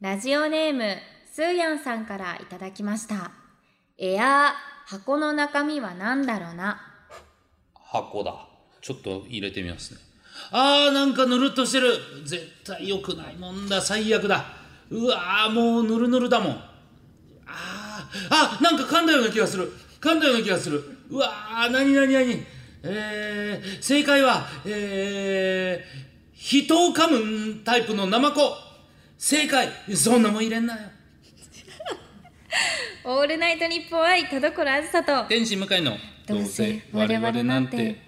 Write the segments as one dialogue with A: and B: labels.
A: ラジオネーム、スーヤンさんからいただきました。エアー、箱の中身は何だろうな。
B: 箱だちょっと入れてみますねあーなんかぬるっとしてる絶対良くないもんだ最悪だうわーもうぬるぬるだもんあーあなんか噛んだような気がする噛んだような気がするうわーなになになにえー、正解はえー、人を噛むタイプのナマコ正解そんなもん入れんなよ
A: オールナイトニッポン愛、田所あずさと。
B: 天使向かいの
A: どうせ我々なんて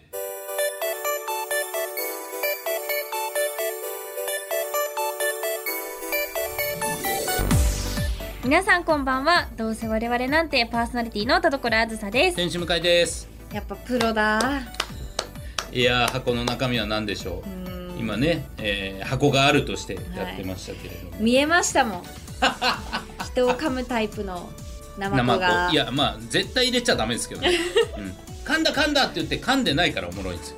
A: 皆さんこんばんは。どうせ我々なんてパーソナリティの田所あずさです。
B: 天使向かいです
A: やっぱプロだ。
B: いやー箱の中身は何でしょう
A: うん
B: 今ね、えー箱があるとしてやってましたけれども、
A: 見えましたも ん。人を噛むタイプの生
B: 生
A: 子
B: 箱
A: が
B: い。やまあ絶対入れちゃダメですけ どね、うん、噛んだ噛んだって言って噛んでないからおもろいんですよ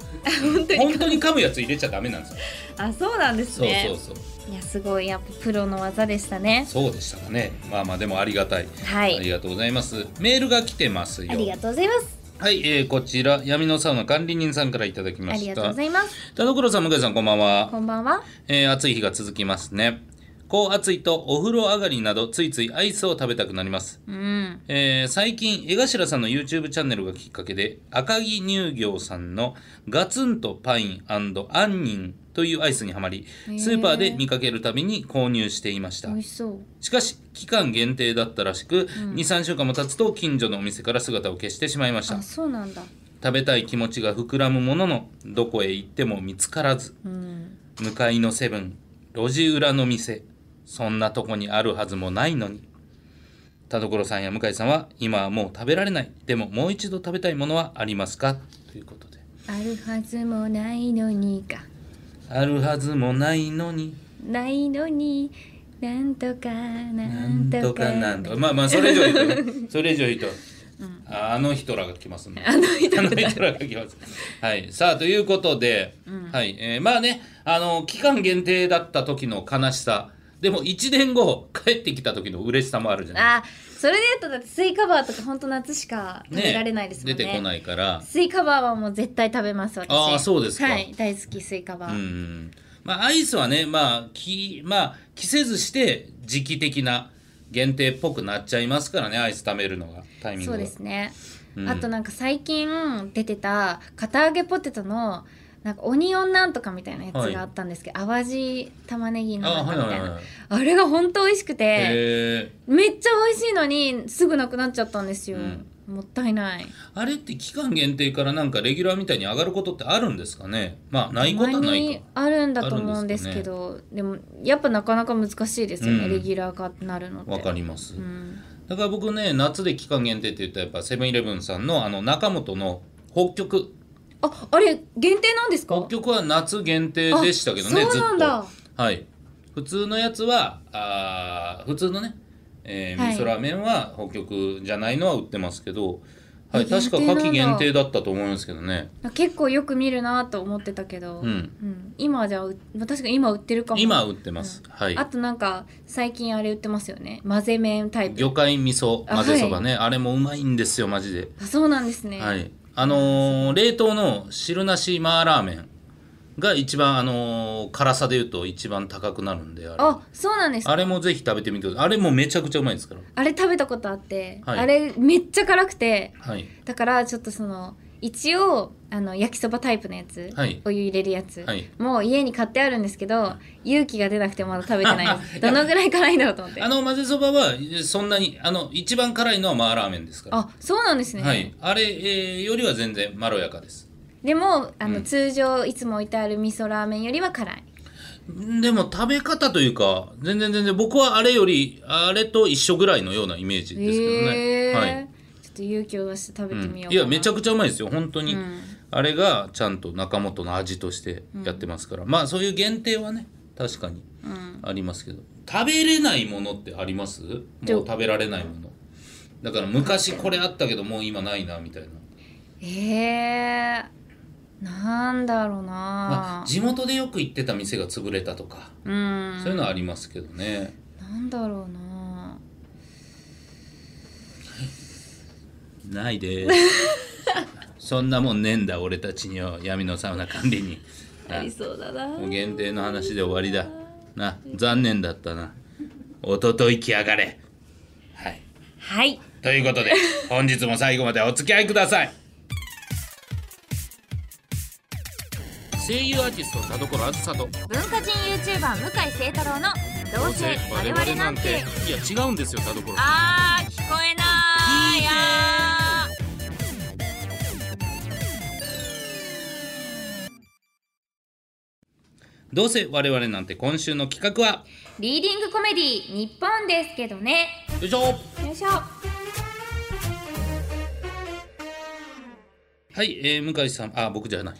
A: 本当に。
B: 本当に噛むやつ入れちゃダメなんですよ
A: あ、そうなんです
B: そう
A: ね。
B: そうそう
A: いや、すごい、やっぱプロの技でしたね。
B: そうでしたかねまあまあでもありがたい、
A: は
B: あ
A: い。
B: りがとうございますメールが来てますよ
A: ありがとうございます。
B: はい、えーこちら闇のサウナ管理人さんからいただき
A: あ
B: ま
A: りが
B: し
A: とうご
B: た
A: ざいます。
B: 田所さん向井さんこんばんは
A: こんばんは。
B: えー暑い日が続きますねこう暑いとお風呂上がりなどついついアイスを食べたくなります
A: うん。
B: えー最近江頭さんの YouTube チャンネルがきっかけで赤城乳業さんのガツンとパイン杏仁というアイスにはまり
A: へー
B: スーパーで見かけるたびに購入していました
A: 美味しそう。
B: しかし期間限定だったらしく、23週間も経つと近所のお店から姿を消してしまいました
A: あ、そうなんだ。
B: 食べたい気持ちが膨らむもののどこへ行っても見つからず
A: うん。
B: 向かいのセブン路地裏の店そんなとこにあるはずもないのに田所さんや向井さんは今はもう食べられないでももう一度食べたいものはありますかということで
A: あるはずもないのにか。
B: あるはずもないのに
A: ないのに。なんとかな
B: なんん
A: と
B: と
A: か
B: かなんとかまあまあそれ以上言うと ねそれ以上言うと、ああの人らが来ますねあの人らが来ますはいさあということで、はい、えーまあねあの期間限定だった時の悲しさでも1年後帰ってきた時の嬉しさもあるじゃない
A: あそれで言うとだってスイカバーとか本当夏しか食
B: ね
A: べられないですもんね
B: 出てこないから
A: スイカバーはもう絶対食べます私
B: あーそうですか
A: はい大好きスイカバ
B: う
A: ー、
B: んまあアイスはねまあきまあ着せずして時期的な限定っぽくなっちゃいますからねアイス食べるのがタイミング
A: そう
B: が
A: ですね、
B: うん
A: あとなんか最近出てた片揚げポテトのなんかオニオンなんとかみたいなやつがあったんですけど、淡路玉ねぎのな
B: あ
A: ん
B: は
A: か
B: い
A: みたい
B: は
A: なあ,、
B: いはい
A: れが本当美味しくて
B: へえ
A: めっちゃ美味しいのにすぐなくなっちゃったんですよ、
B: うん
A: もったいない
B: あれって期間限定からなんかレギュラーみたいに上がることってあるんですかねまあないことはな
A: 前
B: い
A: に
B: か
A: あるんだと思うんですけどでもやっぱなかなか難しいですよね、
B: うん
A: レギュラー化ってなるのって
B: わかります、
A: うん、
B: だから僕ね夏で期間限定って言ったらやっぱセブンイレブンさんのあの中本の北極
A: ああれ限定なんですか
B: 北極は夏限定でしたけどね
A: あ
B: ず
A: そうな
B: っ
A: ん
B: と
A: だ
B: はい、普通のやつはあー普通のね、えー
A: はい
B: 味噌ラーメンは北極じゃないのは売ってますけど、
A: え
B: はい、確か
A: 限定なん
B: 夏
A: だ
B: 季限定だったと思いますけどね
A: 結構よく見るなと思ってたけど、
B: うん
A: 今はじゃあう確かに今売ってるかも
B: 今は売ってます、はい
A: あとなんか最近あれ売ってますよね混ぜ麺タイプ
B: 魚介味噌
A: あ
B: 混ぜそばねあ,、れもうまいんですよマジで、
A: あそうなんですね、
B: はいあのー冷凍の汁なしマーラーメンが一番あのー辛さで言うと一番高くなるんであれ
A: あそうなんですか
B: あれもぜひ食べてみてくださいあれもめちゃくちゃうまいですから
A: あれ食べたことあって、
B: はい
A: あれめっちゃ辛くて
B: はい
A: だからちょっとその一応あの焼きそばタイプのやつ、
B: はい
A: お湯入れるやつ、
B: はい
A: もう家に買ってあるんですけど勇気が出なくてまだ食べてないです どのぐらい辛いんだろうと思って
B: あの混ぜそばはえそんなにあの一番辛いのはマーラーメンですから
A: あそうなんですね、
B: はい、あれ、えーよりは全然まろやかです
A: でもあの、
B: うん
A: 通常いつも置いてある味噌ラーメンよりは辛い
B: んでも食べ方というか全然全然僕はあれよりあれと一緒ぐらいのようなイメージですけどね、
A: えー
B: はい
A: ちょっと勇気を出して食べてみようかな、
B: いやめちゃ
A: く
B: くちゃうまいですよ本当に、
A: うん
B: あれがちゃんと中本の味としてやってますから、まあそういう限定はね確かに
A: うん、
B: ありますけど食べれないものってありますもう
A: でも
B: 食べられないものだから昔これあったけどもう今ないなみたいな
A: えー、なんだろう
B: まあ
A: な、
B: 地元でよく行ってた店が潰れたとか
A: うん
B: そういうのはありますけどね、
A: ななんだろうな
B: ない でーすそんなもんねえんだ俺たちには闇のサウナ管 理にな
A: ありそうだな
B: もう限定の話で終わりだな残念だったなおととい来やがれはい
A: はい
B: ということで本日も最後までお付き合いください声優アーティスト田所あずさと
A: 文化人 YouTuber 向井聖太郎の「どうせ我々なんて
B: いや違うんですよ田所」
A: あー聞こえなーいあー
B: どうせ我々なんて今週の企画は
A: リーディングコメディー日本ですけどね
B: よいしょ
A: よいしょは
B: はい、えー、向井さん、あ、僕 じゃない。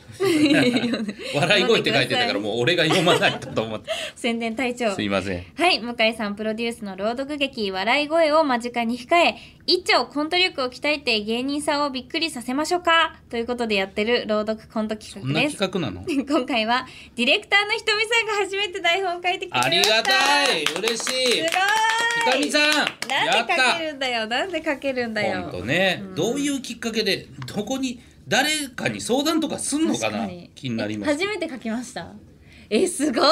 B: 笑い声って書いてたから、もう俺が読まないかと思って。
A: 宣伝隊長
B: すいません。
A: はい向井さんプロデュースの朗読劇「笑い声」を間近に控え一丁コント力を鍛えて芸人さんをびっくりさせましょうかということでやってる朗読コント企
B: こん
A: 画
B: な
A: です
B: 企画なの。
A: 今回はディレクターのひとみさんが初めて台本を書いてきてくれました
B: ありがたい、嬉しい。ひ
A: す
B: か
A: ごい
B: みさん。
A: なん
B: やっ
A: で書ける
B: た。
A: んだよなんで書けるんだよ
B: 本当ね、どういうきっかけで、どこに、誰かに相談とかすんのかな。気になります。
A: え初めて書きましたえすごい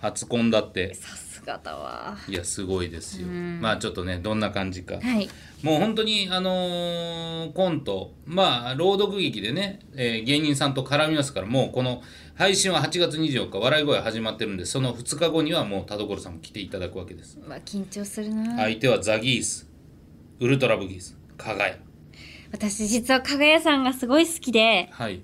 B: 初婚だって。
A: さすがだわ
B: いや、すごいですよ。
A: うん
B: まあ、ちょっとね、どんな感じか。
A: はい
B: もう本当にあのーコントまあ朗読劇でね、えー芸人さんと絡みますからもうこの配信は8月24日笑い声始まってるんでその2日後にはもう田所さんも来ていただくわけです、
A: まあ緊張するな、
B: 相手はザギースウルトラブギース加賀谷
A: 私実は加賀谷さんがすごい好きで
B: はい、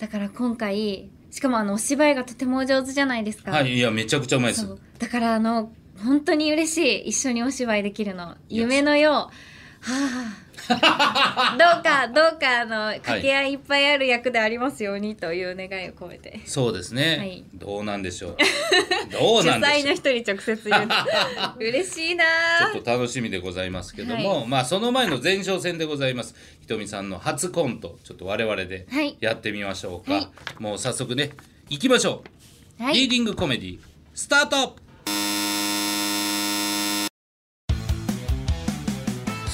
A: だから今回しかもあのお芝居がとてもお上手じゃないですか
B: はい、いやめちゃくちゃうまいです
A: そうだからあの本当に嬉しい一緒にお芝居できるの夢のようはあ どうかどうかあの掛け合いいっぱいある役でありますようにという願いを込めて
B: そうですね、
A: はい
B: どうなんで しょうどう
A: 主
B: なんで
A: 催
B: しょ
A: の
B: う
A: 人に直接言うの 嬉しいな
B: ちょっと楽しみでございますけども、
A: は
B: まあその前の前哨戦でございますひとみさんの初コントちょっと我々で
A: はい
B: やってみましょうか、
A: はい
B: もう早速ね行きましょう、
A: は
B: リー
A: い
B: ディングコメディスタート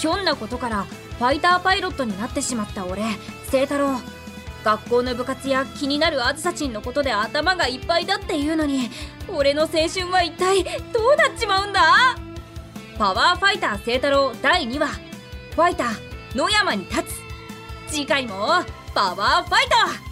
A: ひょんなことからファイターパイロットになってしまった俺清太郎学校の部活や気になるあずさちんのことで頭がいっぱいだっていうのに俺の青春は一体どうなっちまうんだパワーファイター清太郎第2話ファイター野山に立つ次回もパワーファイター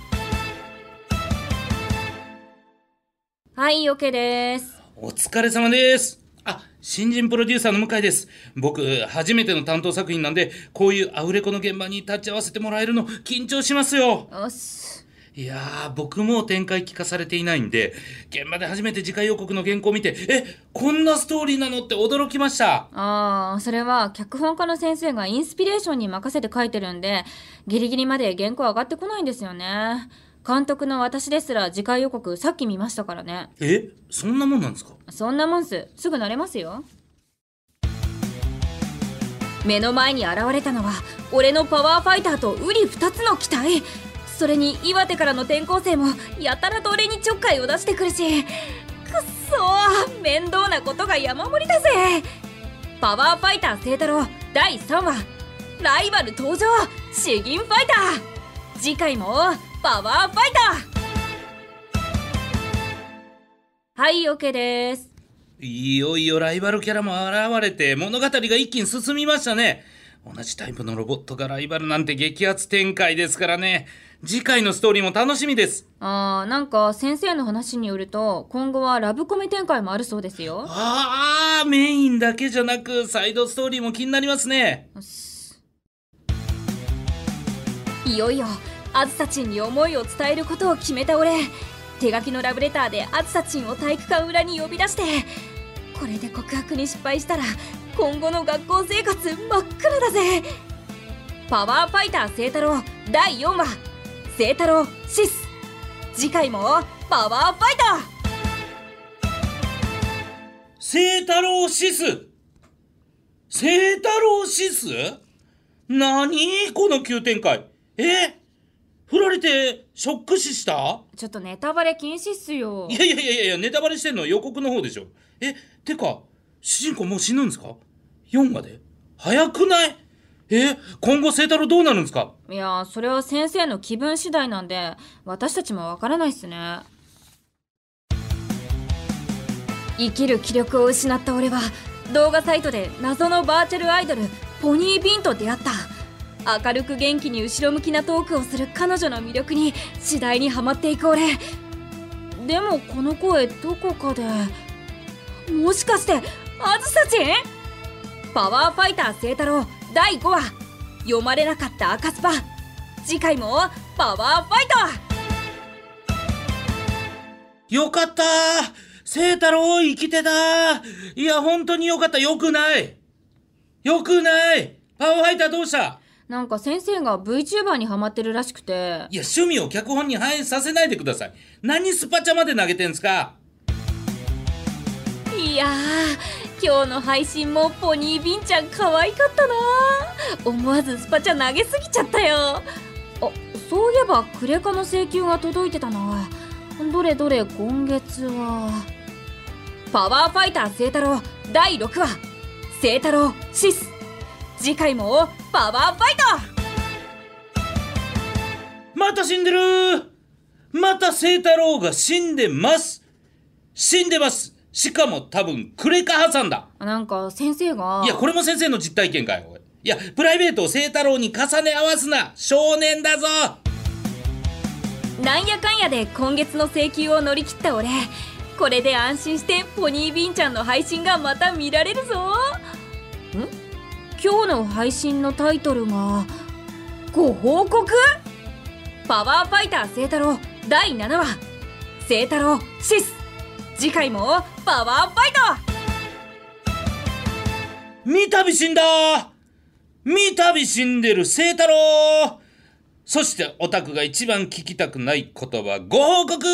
A: はいオケです
B: お疲れ様ですあ新人プロデューサーの向井です僕初めての担当作品なんでこういうアフレコの現場に立ち会わせてもらえるの緊張しますよ
A: よし
B: いやー僕も展開聞かされていないんで現場で初めて次回予告の原稿を見てえこんなストーリーなのって驚きました
A: ああ、それは脚本家の先生がインスピレーションに任せて書いてるんで、ギリギリまで原稿上がってこないんですよね。監督の私ですら次回予告さっき見ましたからね。
B: えそんなもんなんですか
A: そんなもんす、すぐ慣れますよ。目の前に現れたのは、俺のパワーファイターとウリ二つの機体。それに岩手からの転校生も、やたらと俺にちょっかいを出してくるし。くっそー、面倒なことが山盛りだぜ。パワーファイター聖太郎第3話、ライバル登場、詩吟ファイター。次回も、パワーファイター。はい、OK です。
B: いよいよライバルキャラも現れて物語が一気に進みましたね同じタイプのロボットがライバルなんて激アツ展開ですからね次回のストーリーも楽しみです
A: あーなんか先生の話によると今後はラブコメ展開もあるそうですよ
B: ああメインだけじゃなくサイドストーリーも気になりますね
A: いよいよあずさちんに思いを伝えることを決めた俺手書きのラブレターであずさちんを体育館裏に呼び出してこれで告白に失敗したら今後の学校生活真っ暗だぜパワーファイター聖太郎第4話聖太郎シス次回もパワーファイター
B: 聖太郎シス聖太郎シス何この急展開え振られてショック死した
A: ちょっとネタバレ禁止っすよ
B: いやいやいやいや、ネタバレしてんのは予告の方でしょ。え、てか、主人公もう死ぬんですか ?4 話で早くないえ今後聖太郎どうなるんですか
A: いやそれは先生の気分次第なんで私たちもわからないっすね生きる気力を失った俺は動画サイトで謎のバーチャルアイドルポニー・ビンと出会った明るく元気に後ろ向きなトークをする彼女の魅力に次第にはまっていく俺でもこの声どこかでもしかしてあずさちんパワーファイター聖太郎第5話読まれなかった赤スパ次回もパワーファイター
B: よかったー聖太郎生きてたーいや、本当によかったよくないよくないパワーファイターどうした
A: なんか先生が VTuber にハマってるらしくて
B: いや、趣味を脚本に反映させないでください。何スパチャまで投げてんすか
A: いやー今日の配信もポニービンちゃん可愛かったなー思わずスパチャ投げすぎちゃったよあそういえばクレカの請求が届いてたなどれどれ今月はパワーファイター聖太郎第6話聖太郎シス次回もパワーファイター
B: また死んでるーまた聖太郎が死んでます死んでますしかも多分クレカ挟んだ
A: なんか先生が
B: いや、これも先生の実体験かよ。おいいや、プライベートを聖太郎に重ね合わすな少年だぞ
A: なんやかんやで今月の請求を乗り切った俺これで安心してポニービンちゃんの配信がまた見られるぞん今日の配信のタイトルがご報告パワーファイター聖太郎第7話聖太郎シス次回もパワーファイター
B: 三度死んだ三度死んでる聖太郎そしてオタクが一番聞きたくない言葉、ご報告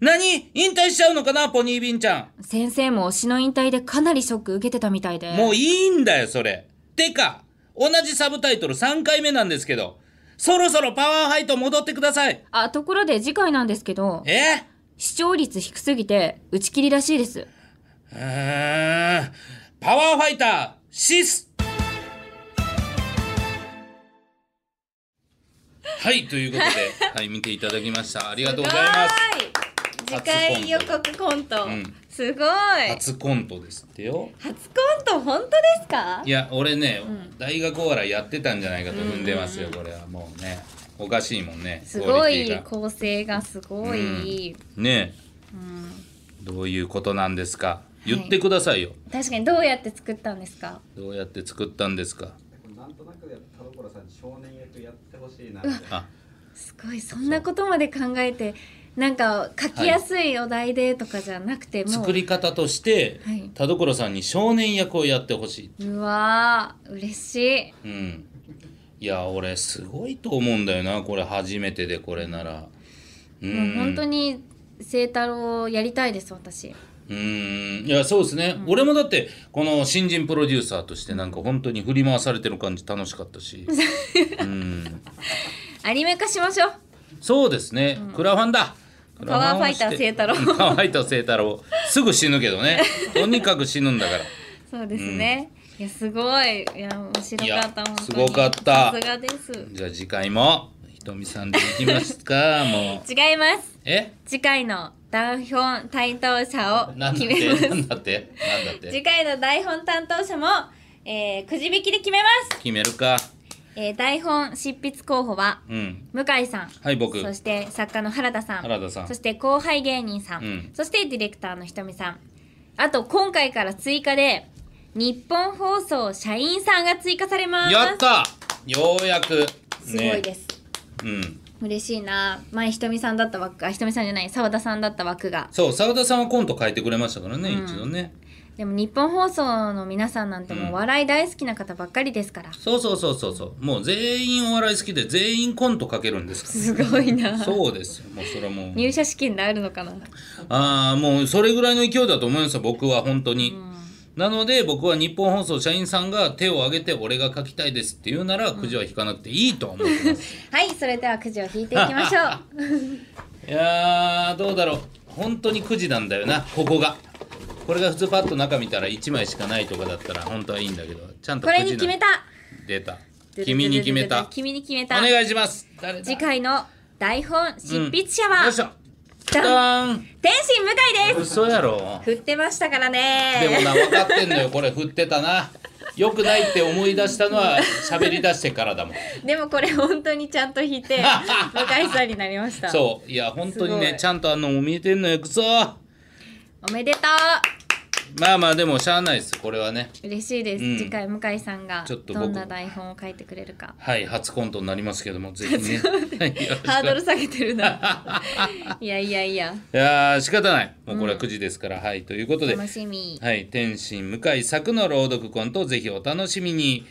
B: 何引退しちゃうのかなポニービンちゃ
A: 先生も推しの引退でかなりショック受けてたみたいで
B: ん。もういいんだよ、それ。てか、同じサブタイトル3回目なんですけど、そろそろパワーファイト戻ってください。
A: あところで次回なんですけど
B: え
A: 視聴率低すぎて打ち切りらしいです
B: うーんパワーファイター、シスはい、ということで、 はい、見ていただきました。ありがとうございます。
C: 次回予告コント、
B: ん
C: すごい
B: 初コントですってよ。
C: 初コント本当ですか
B: いや、俺ね、大学お笑いやってたんじゃないかと踏んでますよ、これはもうね。おかしいもんね。
C: すご
B: クオリテ
C: い
B: ィが
C: 構成がすごい、
B: ねえ、どういうことなんですか言ってくださいよ。
C: 確かにどうやって作ったんですか
B: どうやって作ったんですか
D: なんとなくやった田所さんに少年役やってほしいなみたいな。
B: あ、
C: すごいそんなことまで考えてなんか書きやすいお題でとかじゃなくて、も
B: 作り方として、
C: はい
B: 田所さんに少年役をやってほしい。
C: ううわー嬉しい
B: うん、いや俺すごいと思うんだよなこれ初めてでこれならう
C: もうん本当に清太郎をやりたいです私
B: うんいやそうですね、俺もだってこの新人プロデューサーとしてなんか本当に振り回されてる感じ楽しかっ たしうん
C: アニメ化しましょう
B: そうですね、クラファンだク
C: パワーファイター聖太郎
B: パワーファイター聖太郎すぐ死ぬけど ねとにかく死ぬんだから
C: そうですね、いやすごいいや面
B: い
C: 白
B: や
C: かった本当に
B: すごかった
C: さすがです
B: じゃあ次回もひとみさんでいきますかもう
C: 違います
B: え
C: 次回の台本担当者
B: な
C: を
B: んだ
C: 決
B: っ
C: めま
B: て
C: す
B: なんだってなんだって
C: 次回の台本担当者も、えーくじ引きで決めます、
B: 決めるか
C: えー台本執筆候補は
B: うん
C: 向井さん
B: はい僕
C: そして作家の原田さん
B: 原田さん
C: そして後輩芸人さん、
B: うん
C: そしてディレクターのひとみさんあと今回から追加で日本放送社員さんが追加されます
B: やったようやく、、
C: すごいですす、
B: うん、
C: 嬉しいな前ひとみさんだった枠あひとみさんじゃない澤田さんだった枠が
B: そう澤田さんはコント書いてくれましたからね、一度ね
C: でも日本放送の皆さんなんてもう笑い大好きな方ばっかりですから、
B: そうそうそうそうそうもう全員お笑い好きで全員コント書けるんですか
C: すごいな
B: らそうですよもうそれはもう
C: 入社試験であるのかな
B: ああもうそれぐらいの勢いだと思いますよ僕は本当に、なので僕は日本放送社員さんが手を挙げて俺が書きたいですって言うならくじは引かなくていいとは思ってます
C: はいそれではくじを引いていきましょう
B: いやーどうだろう本当にくじなんだよなここがこれが普通パッと中見たら1枚しかないとかだったら本当はいいんだけどち ゃんと
A: これに決めた
B: 出た君に決めた
A: 君に決め
B: お
A: た
B: 願いします誰だ
A: 次回の台本執筆者
B: よ
A: は、
B: いしょ
A: ダン
B: ダーン
A: 天心向井です
B: 嘘やろ
A: 振ってましたからね
B: でもな分かってんのよこれ振ってたなよくないって思い出したのは喋り出してからだもん
A: でもこれ本当にちゃんと弾いて向井さんになり ました
B: そういや本当に
A: す
B: ね
A: ごい
B: ちゃんとあの見えてんのよくそ
A: おめでと
B: まあまあでもしゃあないですこれはね
A: う嬉しいです、
B: うん
A: 次回向井さんが
B: ちょっと僕
A: どんな台本を書いてくれるか
B: はい初コントになりますけどもぜひね よろしく
A: ハードル下げてる ないやいやいや
B: いやー仕方ないもうこれは9時ですから、はいということで
A: 楽しみ
B: はい天心向井作の朗読コントをぜひお楽しみに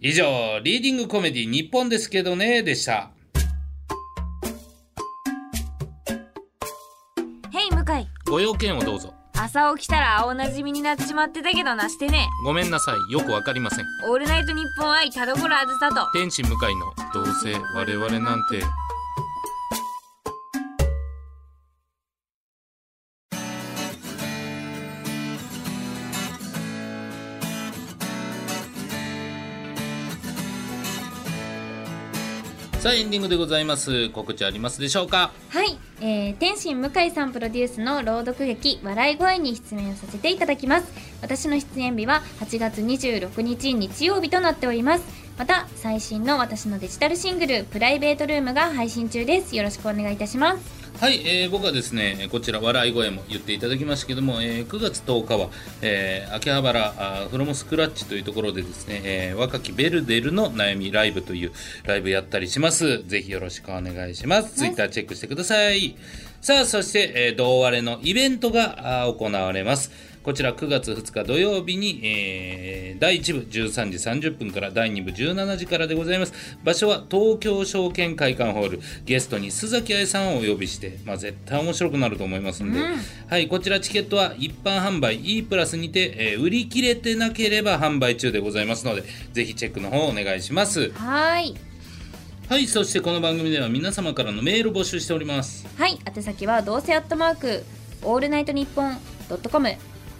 B: 以上リーディングコメディ日本ですけどねでした
E: ヘイ向井
B: ご用件をどうぞ
E: 朝起きたら青なじみになってしまってたけどなしてね
B: ごめんなさいよくわかりません
E: オールナイトニッポン愛田所あずさと
B: 天使向かいのどうせ我々なんてさあエンディングでございます告知ありますでしょうか
A: はい、えー、天心向井さんプロデュースの朗読劇「笑い声」に出演させていただきます私の出演日は8月26日日曜日となっておりますまた最新の私のデジタルシングル「プライベートルーム」が配信中ですよろしくお願いいたします
B: はい、えー僕はですねこちら笑い声も言っていただきましたけども、えー9月10日は、えー秋葉原あーフロムスクラッチというところでですね、えー若きベルデルの悩みライブというライブやったりしますぜひよろしくお願いしますツイッターチェックしてくださいさあそして、えー、同割れのイベントがあー行われますこちら9月2日土曜日に、えー第1部13時30分から第2部17時からでございます。場所は東京証券会館ホール。ゲストに須崎愛さんをお呼びして、まあ、絶対面白くなると思いますんで、はい、こちらチケットは一般販売 E プラスにて、えー売り切れてなければ販売中でございますので、ぜひチェックの方お願いします。
A: はーい
B: はい、そしてこの番組では皆様からのメール募集しております。
A: はい宛先はどうせアットマークオールナイトニッポンドットコム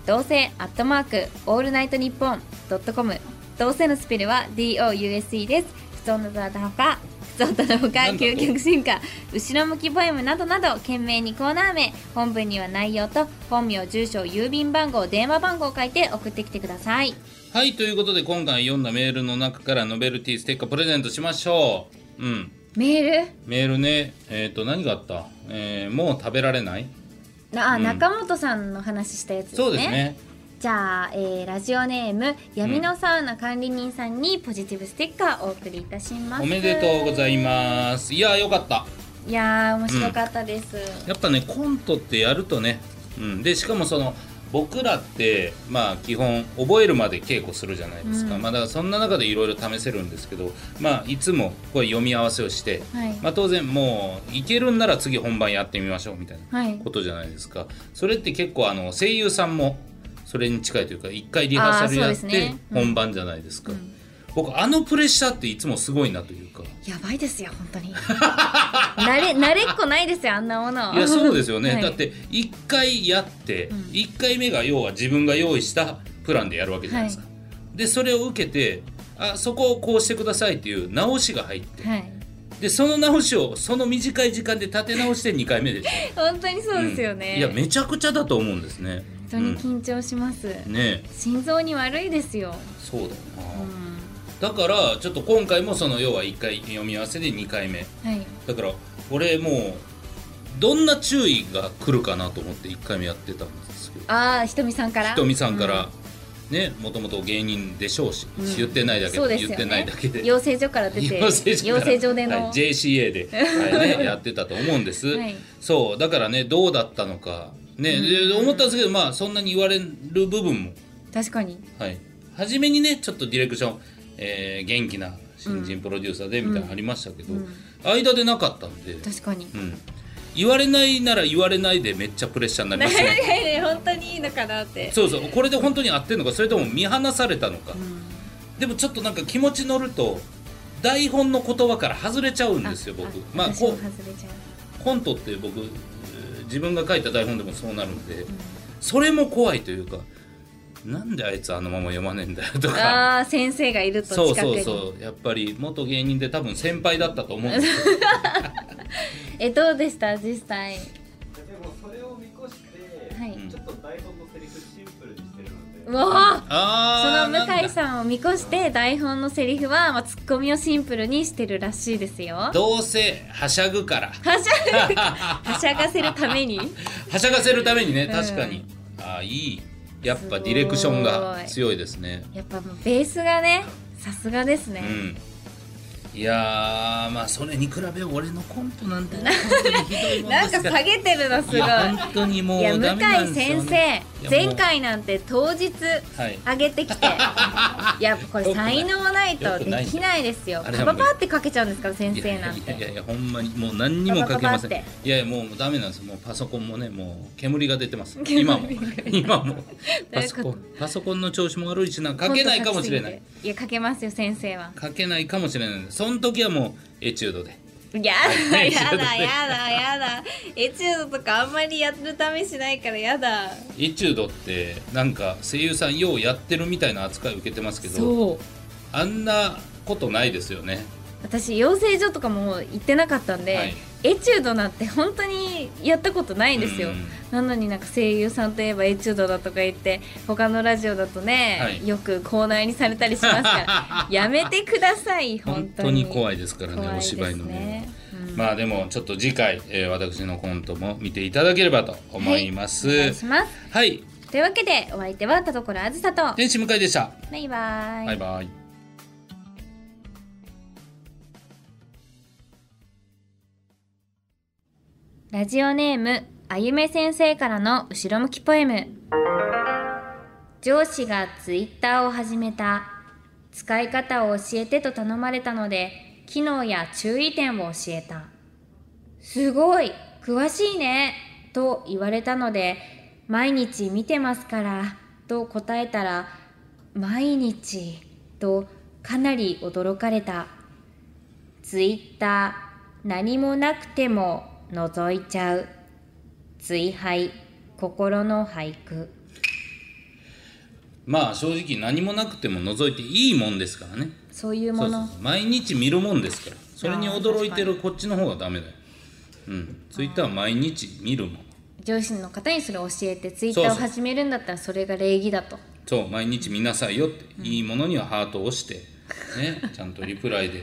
A: どうせアットマークオールナイトニッポンドットコムどうせのスペルは DOUSE です普通の歌のほか普通のほか
B: なんだと
A: 究極進化後ろ向きポエムなどなど懸命にコーナー名本文には内容と本名住所郵便番号電話番号を書いて送ってきてください
B: はい、ということで今回読んだメールの中からノベルティステッカープレゼントしましょう。うん。
A: メー
B: メールね、えっ、と、何があったえーもう食べられない
A: ルあ、
B: うん
A: 中本さんの話したやつ
B: そうですね。
A: じゃあ、えーラジオネーム闇のサウナ管理人さんにポジティブステッカーをお送りいたします、
B: おめでとうございます。いやー、よかった。
A: いやー面白かったです、
B: やっぱね、コントってやるとね、うん。で、しかもその、僕らって、まあ、基本、覚えるまで稽古するじゃないですか。
A: うん
B: まあ、だからそんな中でいろいろ試せるんですけど、まあ、いつも、これ読み合わせをして、
A: はい、
B: まあ、当然、もう、いけるんなら次本番やってみましょう、みたいな。
A: はい
B: ことじゃないですかそれって結構あの声優さんもそれに近いというか一回リハーサルや
A: あー
B: っ
A: そうです
B: て
A: ねうん
B: 本番じゃないですか、
A: うん
B: 僕あのプレッシャーっていつもすごいなというか
A: やばいですよ本当に慣 れ慣れっこないですよあんなもの
B: いやそうですよね、
A: はい
B: だって一回やって、
A: ん
B: 一回目が要は自分が用意したプランでやるわけじゃないですか、
A: は
B: でそれを受けてあそこをこうしてくださいっていう直しが入って、
A: はい
B: でその直しをその短い時間で立て直して2回目でしょ
A: 本当に そうですよね、
B: うんいやめちゃくちゃだと思うんですね
A: 本当に緊張します、
B: うんねえ
A: 心臓に悪いですよ、
B: そうだよな、
A: うん、
B: だからちょっと今回もその要は1回読み合わせで2回目
A: はい
B: だから俺もうどんな注意が来るかなと思って1回目やってたんですけど
A: ああひとみさんから
B: ひとみさんから、ねもともと芸人でしょうし、
A: うん
B: 言ってないだけ
A: そう
B: で、
A: ですよ
B: 言
A: ね
B: ってないだけで
A: 養成所から出て 養成所での、
B: はい JCA で、 はいね、やってたと思うんです、
A: はい
B: そうだからねどうだったのかね、で思ったんですけどまあそんなに言われる部分も
A: 確かに
B: はい、初めにねちょっとディレクション、えー元気な新人プロデューサーでみたいなのありましたけど、間でなかったんで、
A: 確 かに
B: うん、言われないなら言われないでめっちゃプレッシャーになります ね
A: 本当にいいのかなって
B: そうそうこれで本当に合ってんのかそれとも見放されたのか、でもちょっとなんか気持ち乗ると台本の言葉から外れちゃうんですよ僕まあ
A: 私も
B: こ
A: 外れちゃう
B: コントって僕えー自分が書いた台本でもそうなるんで、それも怖いというかなんであいつあのまま読まねえんだよとか
A: ああ先生がいると
B: そう
A: 近くに
B: そうそうやっぱり元芸人で多分先輩だったと思うんです よ
A: えどうでした実際
D: でもそれを見越して、
A: はい
D: ちょっと台本のセリフシンプルにしてるので、
A: うわ
B: あ
A: あ
B: ー
A: その向井
B: なんだ
A: さんを見越して台本のセリフは、まあ、ツッコミをシンプルにしてるらしいですよは
B: どうせはしゃぐから
A: しゃはしゃがせるために
B: はしゃがせるためにね
A: ん
B: 確かに、ああいいやっぱディレクションが強いですね
A: やっぱもうベースがねさすがですね
B: う、んいやーまあそれに比べ俺のコントなんてね本当にひどいもん
A: な
B: で
A: んか
B: すから
A: 下げてるのすごい
B: いや本当にもう
A: いや
B: ダメな
A: 向
B: ん
A: 井
B: ですよ
A: 先
B: ね
A: 生
B: いやも
A: 前
B: う
A: 回なんて当日
B: はい
A: 上げてき て、い、やこれ才能ないとできないですよ
B: よくない
A: パパパってかけちゃうんですから先
B: い
A: 生な
B: や
A: ん
B: い
A: て
B: やいやいやほんまにもう何にもかけませ
A: パパパ
B: んい
A: パ
B: やいやもうダメなんですもうパソコンもねもう煙が出てます今も今もパソコンパソコンの調子も悪いしなかけないかもしれない
A: いやかけますよ先生は
B: かけないかもしれないその時はもうエチュードで
A: やだや だやだやだエチュードとかあんまりやるためしないからやだ
B: エチュードってなんか声優さんようやってるみたいな扱い受けてますけど
A: そう
B: あんなことないですよね
A: 私養成所とかも行ってなかったんで、
B: はい
A: エチュードなんて本当にやったことないんですよ、
B: うん
A: なのになんか声優さんといえばエチュードだとか言って他のラジオだとね、
B: はい
A: よく口内にされたりします からやめてください本
B: 本
A: 当
B: 当
A: に
B: に怖いですからね
A: 怖い
B: お
A: です
B: 芝居の
A: ね
B: ね、まあでもちょっと次回、えー私のコントも見ていただければと思います、
A: お
B: は
A: 願
B: い
A: いしますというわけでお相手は田所あずさと
B: 天使向井でした、
A: バイバイ
B: バイバイ
A: ラジオネームあゆめ先生からの後ろ向きポエム上司がツイッターを始めた使い方を教えてと頼まれたので機能や注意点を教えたすごい詳しいねと言われたので毎日見てますからと答えたら毎日とかなり驚かれたツイッター何もなくても覗いちゃう追廃心の俳句
B: まあ正直何もなくても覗いていいもんですからね
A: そういう
B: そ
A: も
B: うそう
A: の
B: そう毎日見るもんですからそれに驚いてるこっちの方がダメだようんツイッターは毎日見るもん
A: 上司の方にそれを教えてツイッターを
B: そうそう
A: 始めるんだったらそれが礼儀 だと
B: そう毎日見なさいよって、いいものにはハートを押して、ね、ちゃんとリプライで、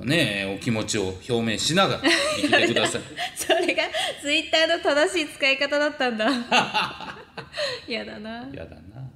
B: ね、お気持ちを表明しながら生きてください
A: それがツイッターの正しい使い方だったんだ やだな
B: やだな